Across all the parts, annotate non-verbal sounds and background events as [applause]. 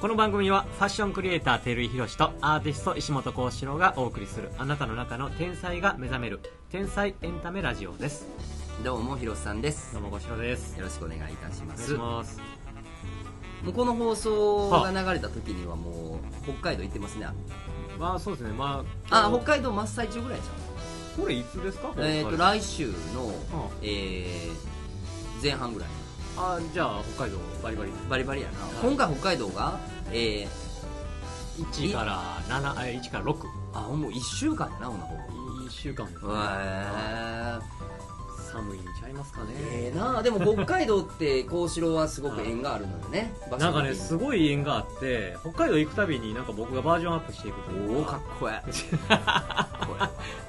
この番組はファッションクリエイター照井宏とアーティスト石本幸四郎がお送りするあなたの中の天才が目覚める天才エンタメラジオですどうもひろさんですどようも幸四郎ですろしくお願いいたしおま願いしすますもうこの放送が流れた時にはもう北海道行ってますねまあそうですねまああ北海道真っ最中ぐらいじこれいつですかゃんえっ、と来週の、えー前半ぐらいあじゃあ北海道バリバリバリバリやな、い今回北海道がえー、 1から7え1から6あもう1週間やなほなほぼ1週間ですねへ寒いんちゃいますかねええなでも北海道って幸四郎はすごく縁があるのよね場なんか所的ねにすごい縁があって北海道行くたびになんか僕がバージョンアップしていくといおうおかっこえ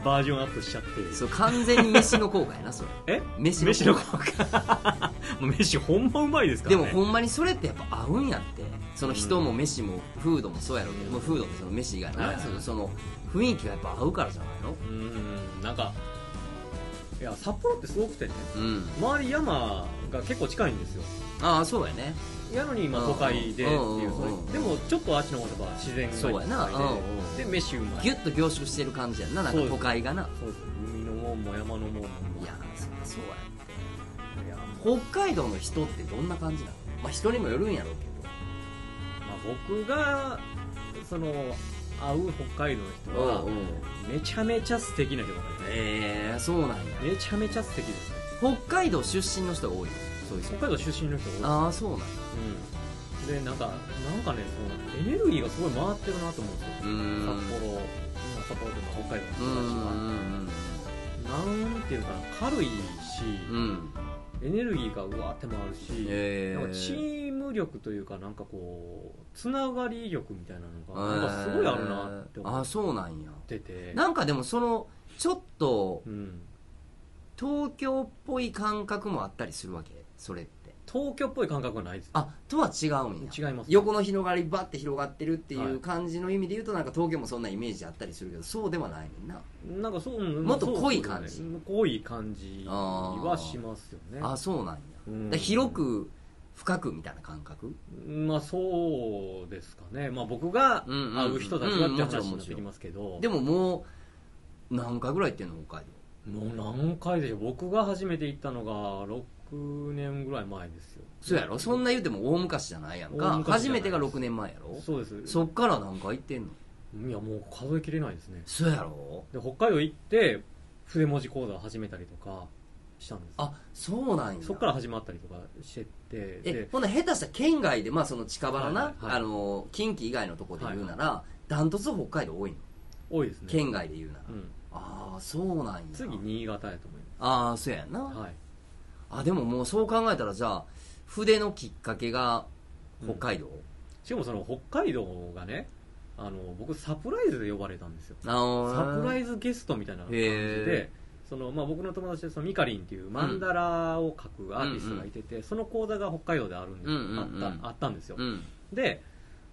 バージョンアップしちゃってえそう完全に飯の効果やなそれえ飯飯の [laughs] 効果もう飯ほんまうまいですかでらもねほんまにそれってやっぱ合うんやってその人も飯もフードもそうやろうけど、もうフードもその飯以外はいなはいそのその雰囲気がやっぱ合うからじゃないのうんなんかいや札幌ってすごくてねうん周り山が結構近いんですよああそうやねやのに今都会でってうんいううんそうんれでもちょっとあっちの方とか自然がいっぱいそうやなうんうんでで飯うまいギュッと凝縮してる感じやんななんかそうです都会がなそうです海のもんも山のもんもいやそそうやいや北海道の人ってどんな感じなの、まあ、人にもよるんやろうけまあ、僕がその会う北海道の人ど、はめちゃめちゃ素敵な人ばっかりええそうなんやでめちゃめちゃ素敵ですね北海道出身の人が多いのそういう人北海道出身の人多いああそうなんやうん、でなんかなんかねそのエネルギーがすごい回ってるなと思うんですようーん札幌今札幌とか北海道うのん人たちはなんていうかな軽いし、うんうんうんエネルギーがうわーって回るし、えなんかチーーム力というかなんかこうつながり力みたいなのえがなんかすごいあるなってあ思あっそうなんやててなんかでもそのちょっとうん、東京っぽい感覚もあったりするわけそれって東京っぽい感覚はないですあとは違うんや違います横の広がりバッて広がってるってはいいう感じの意味で言うとなんか東京もそんなイメージあったりするけどそうではないねんななんかそう、うんもっとそう濃い感じうん濃い感じはしますよねあそうなんや、うんだから広く深くみたいな感覚まあそうですかね、まあ、僕がうんうん会う人たちがって話うんにもなっちてろんもちろんきますけど、でももう何回ぐらい行ってんの北海もう何回でしょう僕が初めて行ったのが6年ぐらい前ですよ道そうやろそんな言うても大昔じゃないやん大か昔じゃない初めてが6年前やろそうですそっから何回行ってんのいやもう数えきれないですねそうやろで北海道行って筆文字講座を始めたりとかしたんですあそうなんやそっから始まったりとかしててえでほんなら下手したら県外でまあその近場のな、はいはいはいあの近畿以外のとこで言うなら、ダントツ北海道多いの多いですね県外で言うなら、うん、ああそうなんや次新潟やと思いああそうやな、ます、はい、あでももうそう考えたらじゃあ筆のきっかけが北海道、しかもその北海道がねあの僕サプライズで呼ばれたんですよあのサプライイズゲストみたいな感じへでえその、まあ、僕の友達でそのミカリンっていうマンダラを描くアーティストがいてて、その講座が北海道であるんです、うんうんうんあったあったんですよ、うんで、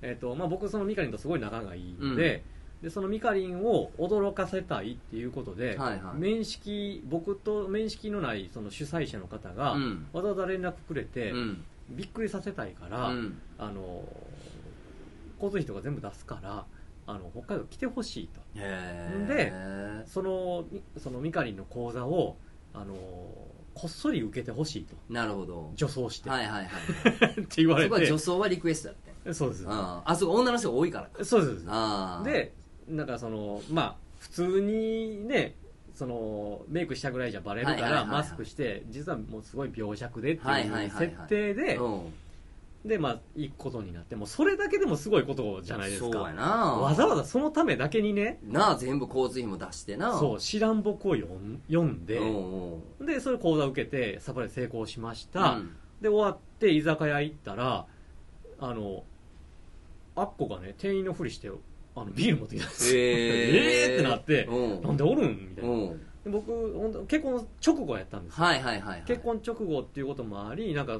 えーとまあ、僕そのミカリンとすごい仲がいいので,、でそのミカリンを驚かせたいっていうことで、はいはい面識僕と面識のないその主催者の方が、うんわざわざ連絡くれて、うんびっくりさせたいかうら、んあの交通費とか全部出すからあの北海道来てほしいとへえそのみそのミカリンの講座をあのこっそり受けてほしいとなるほど女装して、は [laughs] いはいはいって言わそれこはて女装はリクエストだってそうですああそこ女の人が多いからかそうですああでなんかそのまあ普通にねそのメイクしたぐらいじゃバレるから、はいはいはいはいマスクして実はもうすごい病弱でってはいいはいうはいはい設定で、うんでまあ行くことになってもうそれだけでもすごいことじゃないですかそうやなわざわざそのためだけにねなあ全部交通費も出してなそう知らん僕を読ん読んで、うんうんでそれ講座受けてサプライズ成功しました、うんで終わって居酒屋行ったらあのアッコがね店員のふりしてあのビール持ってきたんですよ、 [laughs] えーってなってうんなんでおるんみたいな、うんで僕本当結婚直後やったんですよ、はいはいはいはい結婚直後っていうこともありなんか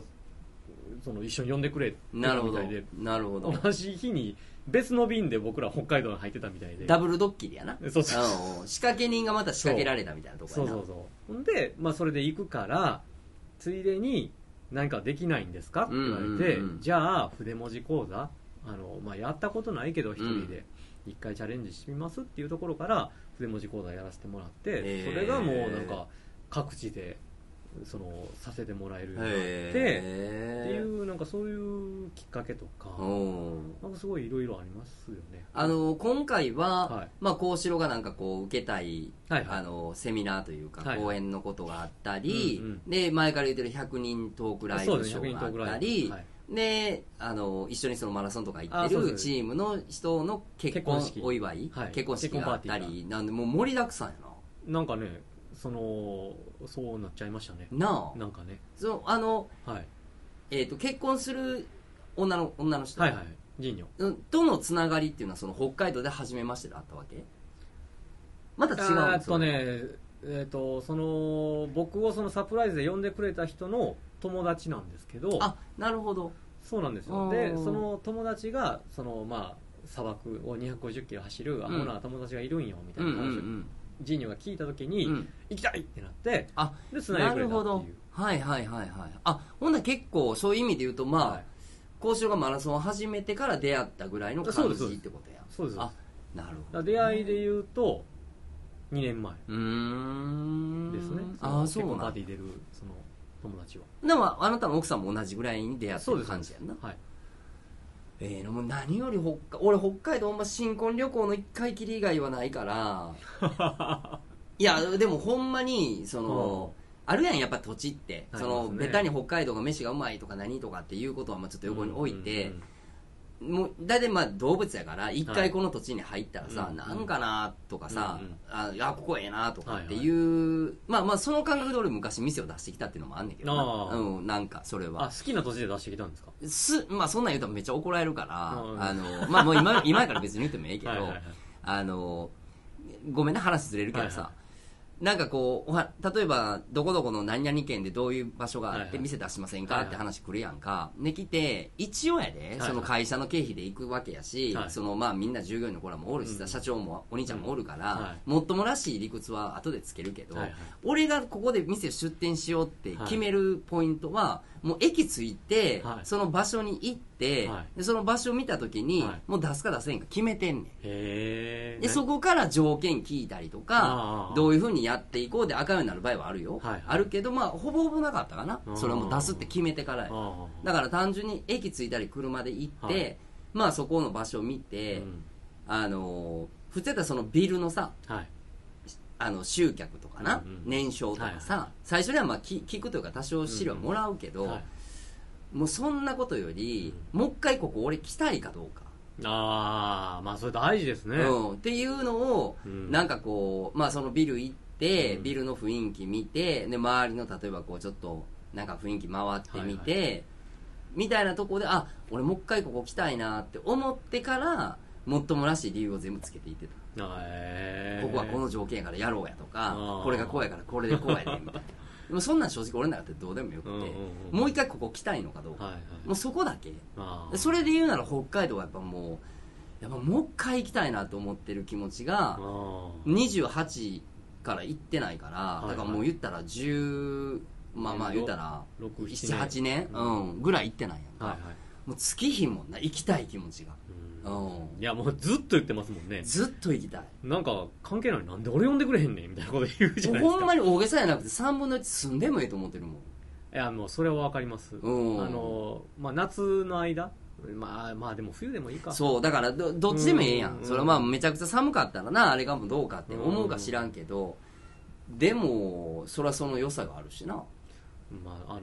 その一緒に呼んでくれってみなるほどたいでなるほど同じ日に別の便で僕ら北海道に入ってたみたいでダブルドッキリやなそうそううんうん仕掛け人がまた仕掛けられたみたいなとこそうやそうなそうほんで、まあ、それで行くからついでに何かできないんですかって言われて、うんうんうんじゃあ筆文字講座あの、まあ、やったことないけど一人で一回チャレンジしてみますっていうところから筆文字講座やらせてもらって、えーそれがもうなんか各地でそのさせてもらえるようになって、へっていーうなんかそういうきっかけとか、おーなんかすごいいろいろありますよね。あの今回は、はいまあ、幸四郎がなんかこう受けたい、はいはいあのセミナーというか、はいはい講演のことがあったり、うんで前から言ってる100人トークライそうブですシね、100ョー人があトークったライりブ。はいであの一緒にそのマラソンとか行っあてそうるですチームの人の結婚結婚式お祝い、はい結婚式があった結婚パーテりなんでもう盛りだくさんやなんかね、その、そうなっちゃいましたね。ななあなんかね、そのあの、はい。えー、と結婚する女の女の人、はいはい、人女。うんとのつながりっていうのはその北海道で初めましてであったわけまた違うんえでっすかとね、えっと、その、僕をそのサプライズで呼んでくれた人の友達なんですけど、あなるほどそうなんですあよ。ーで、その友達が、その、まあ、砂漠を250キロ走るアホな友達がいるんよ、みたういんうなんう話を、んジーニョが聞いた時に、うん行きたいってなって、あで、繋いなでくれるたほっどていう。はいはいはいはいあほんなら結構そういう意味で言うとまあ、はい幸四郎がマラソンを始めてから出会ったぐらいのそう感ですそじうですってことやそうですそうあですなるだほからど出会いで言うと2年前うーんですねああそそのう結婚パなーんティー出るその友達はでもあなたの奥さんも同じぐらいに出会ってる感じやんなはいええもう何より北海俺北海道ほんま新婚旅行の一回きり以外はないから [laughs] いやでもほんまにその、あるやんやっぱ土地って、ありますそねのベタに北海道が飯がうまいとか何とかっていうことはまあちょっと横に置いて、うんうんもう大体まあ動物やから一は回いこの土地に入ったらさ、うんなんかなとかさ、うんうんあいやここええなとかっていう、まあまあその感覚で俺昔店を出してきたっていうのもあんねんけどなあーうん、なんかそれあは好きな土地で出してきたんですかすまあそんなん言うたらめっちゃ怒られるからうんあのまあもう今今やから別に言ってもええけどはいはいはいあのごめんな話ずれるけどさ、はいはなんかこうおは例えばどこどこの何々県でどういう場所があはっいてはい店出しませんか、はいはいって話来るやんかで来て一応やで、はいその会社の経費で行くわけやし、はいそのまあみんな従業員の子らもおるしうさ、ん社長もお兄ちゃんもおるから、うんはもっともらしい理屈は後でつけるけど、はいはい俺がここで店出店しようって決めるポイントは、もう駅着いて、はいその場所に行って、はでその場所を見た時に、はいもう出すか出せんか決めてんねんへえでそこから条件聞いたりとあかあどういうふうにやっていこうで赤ようになる場合はあるよ、はいはいあるけどまあほぼほぼなかったかなああそれはもう出すって決めてからやあだから単純に駅着いたり車で行って、はいまあそこの場所を見あて、うんあのー普通やったらそのビルのさはいあの集客とかな、うんうん年商とかさ、はいはい最初にはまあき聞くというか多少資料はもらうけど、はいもうそんなことより、もう一回ここ俺来たいかどうか、ああまあそれ大事ですねうん、っていうのを、うんなんかこう、まあ、そのビル行って、うんビルの雰囲気見てで周りの例えばこうちょっとなんか雰囲気回ってみて、みたいなとこであ俺もう一回ここ来たいなって思ってからもっともらしい理由を全部つけていってた、あへえここはこの条件やからやろうやとかあーこれがこうやからこれでこうやでみたいなでもそんなん正直俺の中でどうでもよくて、うんうんうんもう一回ここ来たいのかどうか、はいはいもうそこだけあであそれで言うなら北海道はやっぱもうやっぱもう一回行きたいなと思ってる気持ちがああ28から行ってないから、いはいだからもう言ったら10まあまあ言ったら六七年78年、うん、ぐらい行ってないやんか、はいはいもう月日もんな行きたい気持ちが、うんうんいやもうずっと言ってますもんねずっと行きたいなんか関係ないなんで俺呼んでくれへんねんみたいなこと言うじゃないですかほんまに大げさやなくて3分の1住んでもいいと思ってるもんいやもうそれはわかります、うんあのまあ、夏の間まあまあでも冬でもいいかそうだからどどっちでもええやん、うんそれはまあめちゃくちゃ寒かったらなあれがもうどうかって思うか知らんけど、でもそれはその良さがあるしなまああの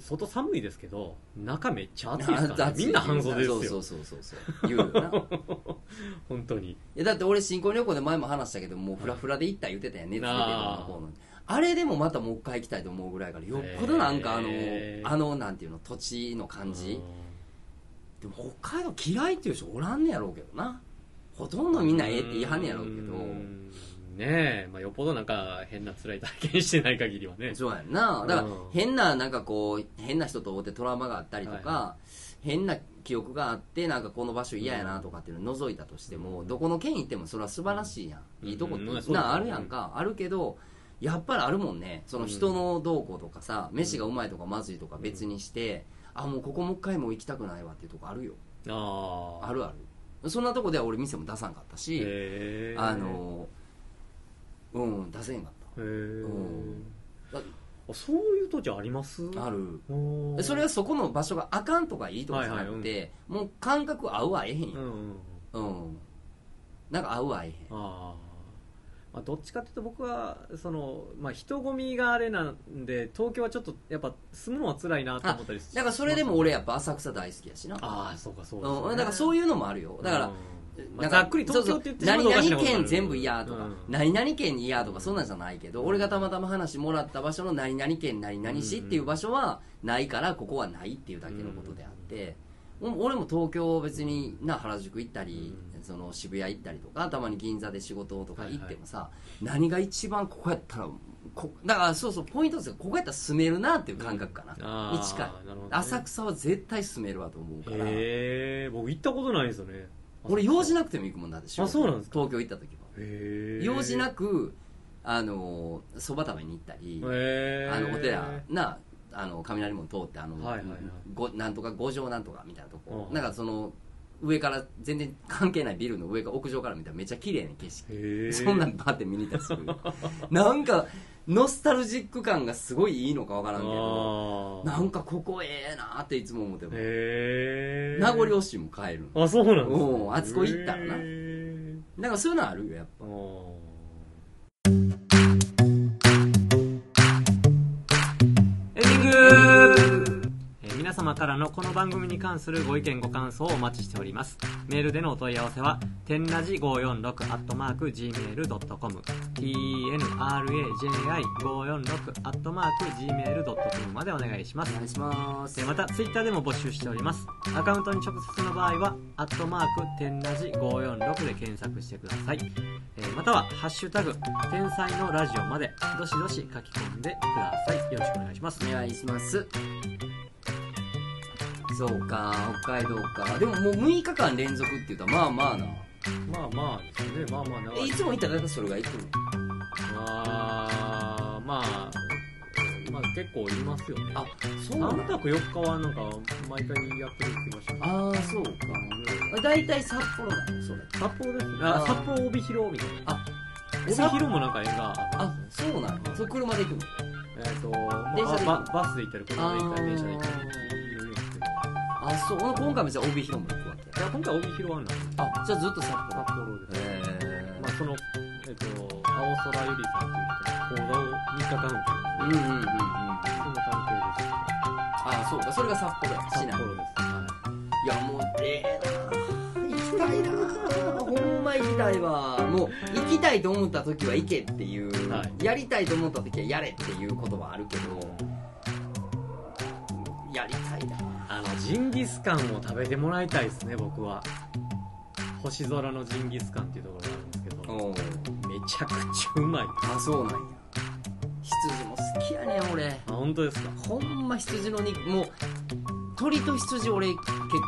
外寒いですけど中めっちゃ暑い [laughs] ですから、ね、みんな半袖ですよそうそうそうそうそう言うよな本当にいやだって俺新婚旅行で前も話したけどもうフラフラで行った言ってたやんねつけてるあー方のあれでもまたもう一回行きたいと思うぐらいからよっぽどなんかあの、へーあのなんていうの土地の感じ、でも北海道嫌いっていう人おらんねやろうけどなほとんどみんなええって言いはんねやろうけどんねえ、まあ、よっぽどなんか変な辛い体験してない限りはねそうやんなだからうん変ななんかこう変な人と会ってトラウマがあったりとか、はい変な記憶があってなんかこの場所嫌やなとかっていうのを除いたとしても、どこの県行ってもそれは素晴らしいやん、うんいいとこって、うんそうだねなあるやんか、あるけどやっぱりあるもんねその人の動向とかさ、飯がうまいとかまずいとか別にして、あもうここもう一回も行きたくないわっていうとこあるよあああるあるそんなとこでは俺店も出さんかったし、へえあのうん出せへんかっへえ、んあそういう土地ありますたあるおーそれはそこの場所があかんとかいいとかじゃなくて、はもう感覚合うわえへんうよん、うんうんうん、なんか合うわえへんあー、まあどっちかというと僕はその、まあ、人混みがあれなんで東京はちょっとやっぱ住むのは辛いなと思ったりすだからそれでも俺やっぱ浅草大好きやしなああそうかそうですね、うん、だからそういうのもあるよだから、うんまなあざんかっくり東京って言ってしまうとそおうかそうしな何ことに々なる県全部嫌とか、うん何々県嫌とかそんなんじゃないけど、うん俺がたまたま話もらった場所の何々県何々市っていう場所はないからここはないっていうだけのことであって、お俺も東京別にな原宿行ったり、その渋谷行ったりとかたまに銀座で仕事とか行ってもさ、何が一番ここやったらこだからそうそうポイントですよここやったら住めるなっていう感覚かな、あーに近いなるほどね浅草は絶対住めるわと思うかへら、え僕行ったことないんですよね俺用事なくても行くもんなんでしょあそうなんですか東京行った時はへえ用事なくくあのそば食べに行ったり、へえあのお寺なあの雷門通ってあの、はいはいはいごなんとか五条なんとかみたいなとこ、うんなんかその上から全然関係ないビルの上から屋上から見たらめっちゃ綺麗な景色、へえそんなんバーって見に行ったりする [laughs] なんかノスタルジック感がすごいいいのかわからんけどあーなんかここええなっていつも思っても、へえ名残惜しも帰るあそうなんですねうんあそこ行ったらなへえなんかそういうのあるよやっあぱーエンディングえー皆様からのこの番組に関するご意見ご感想をお待ちしておりますメールでのお問い合わせは天ラジ546 gmail.com tenraji546 gmail.com までお願いしますお願いしますでまたツイッターでも募集しておりますアカウントに直接の場合は「アットマーク天ラジ546」で検索してください、えーまたは「ハッシュタグ天才のラジオ」までどしどし書き込んでくださいよろしくお願いしますお願いしますそうか北海道かでももう6日間連続って言うとまあまあなまあまあですねまあまあえいつも行ったらそれが行くあまあまあ結構いますよねあそうなの泊4日はなんか毎回やってるって言いましたああそうか大体札幌だねそれ札幌ですねあ札幌帯広みたいなあ帯札広もなんか映画あそうなのそれ車で行くのえっ、と、ま電車であ、ババスで行ったり、車で行ったり、電車で行ったあーり、いろいろですけど。あそう今回別に帯広も行くわけいや、今回帯広はなんですよあじゃあずっと札札幌幌です。へえまあ、その、えっ、と、青空ゆりさんという人の講座を3日間受うんうんうんうんあけて、その関係あそうかそれが札幌やです。札市内幌です。いやもうええな行きたいなほんま行きたいわもう行きたいと思った時は行けっていう、はいやりたいと思った時はやれっていうことはあるけどやりたいなあの、ジンギスカンを食べてもらいたいですね、僕は。星空のジンギスカンっていうところがあるんですけど、おめちゃくちゃうまい。あ、あそうなんや羊も好きやねん俺本当ですかほんま羊の肉もう鳥と羊俺結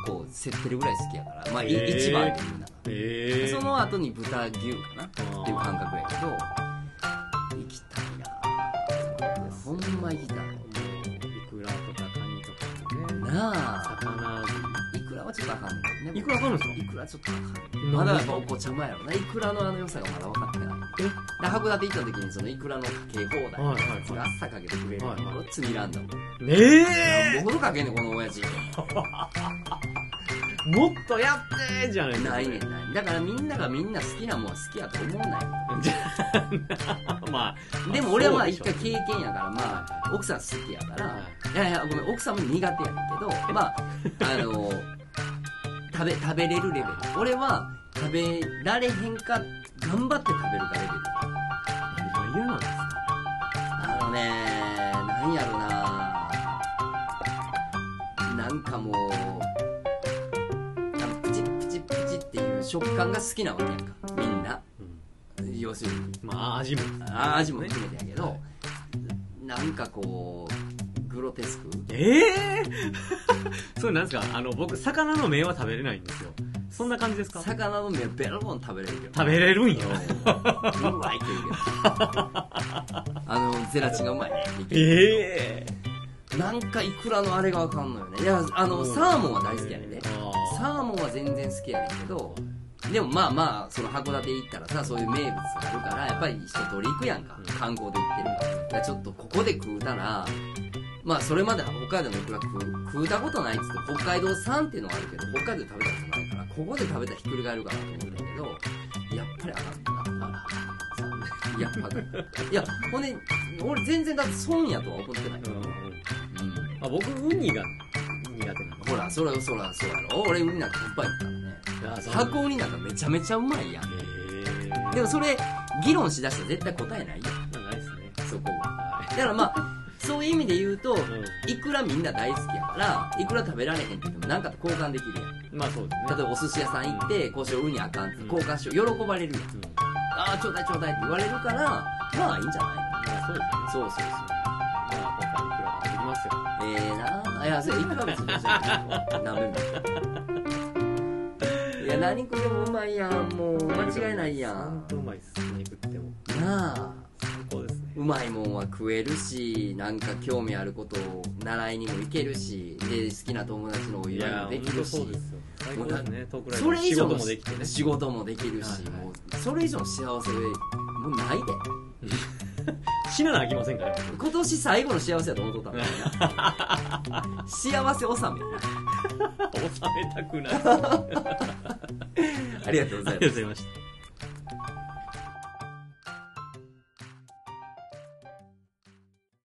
構競ってるぐらい好きやからまあ、いへえ一番で言うならええその後に豚牛かなっていう感覚やけど行きたいなほんま行きたいいくらとかカニとかね。なあ魚、いくらはちょっとあかんねんいくらかかるんですかいくらちょっとあかんなまんでだやっぱお子ちゃまやろないくらのあの良さがまだ分かってないで函館行った時にそのいくらのかけ放題はいはいそれは朝かけてくれるはいはいこれ釣りランドい。ねえ何ぼほどかけんねんこの親父もっとやってーじゃないないねんないだからみんながみんな好きなもんは好きやと思わないじゃあ、まあ。でも俺はまあそうで一しょ回経験やからまあ奥さん好きやからいやいやごめん奥さんも苦手やねんけどまああの [laughs] 食べ食べれるレベル俺は食べられへんか頑張って食べるかレベル何が嫌なんですかあのねなんやろななんかもうなんかプチプチプチっていう食感が好きなわけやんかみんなうん要するにまあ、味も。あ味も含めてやけど、なんかこうグロテスクええー、 [laughs] それなんですかあの、僕、魚の目は食べれないんですよ。そんな感じですか食魚の目ベロボン食べれるけどべれるんや。うんうまいって言う [laughs] けどあのゼラチンがうまいねええなんかイクラのあれがわかんのよねいやあのうんサーモンは大好きやねんねあーササーモンは全然好きやねんけどでもまあまあその函館行ったらさそういう名物があるからやっぱり一通り行くやんかうん観光で行ってるからだからちょっとここで食うたらまあそれまでは北海道のいくら食う食うたことないっつって北海道産っていうのはあるけど北海道で食べたことないからここで食べたらひっくり返るかなと思うんだけどやっぱりあかんなやっぱりいやほんで俺全然だって損やとは思ってない、うんうんうんあ僕ウニが苦手なのほら、そらそらそうやろ。俺、ウニなんかいっぱいいったらね。あそう箱ウニなんかめちゃめちゃうまいやん。へえでもそれ、議論しだしたら絶対答えないよ。ないですねそこは。はだからまあ、そういう意味で言うと、い、いくらみんな大好きやから、いくら食べられへんって言ってもなんかと交換できるやん。うん、まあそうです例ねえばお寿司屋さん行って、交渉ウニあかんって交換しよう。喜ばれるやん。うんああ、ちょうだいちょうだいって言われるから、まあいいんじゃないまあそうですねそうそうそう。まあ今回いくらかできますよええなあいやそれいくらもするじゃ [laughs] んなめんないや何食ってもうまいやんもう間違いないやん本当うまいっす何食ってもなあ最高ですねうまいもんは食えるしなんか興味あることを習いにも行けるしで好きな友達のおい祝いやもで本き当るしそうですよ最高ですねトークライそブれ以仕上事のもできてね仕事もできるし、はいはいもうそれ以上の幸せもうないで死ななあきませんから [laughs] 今年最後の幸せだと思っとったもん [laughs] な幸せ納め収めたくないあありがとうござりがいまとうすございました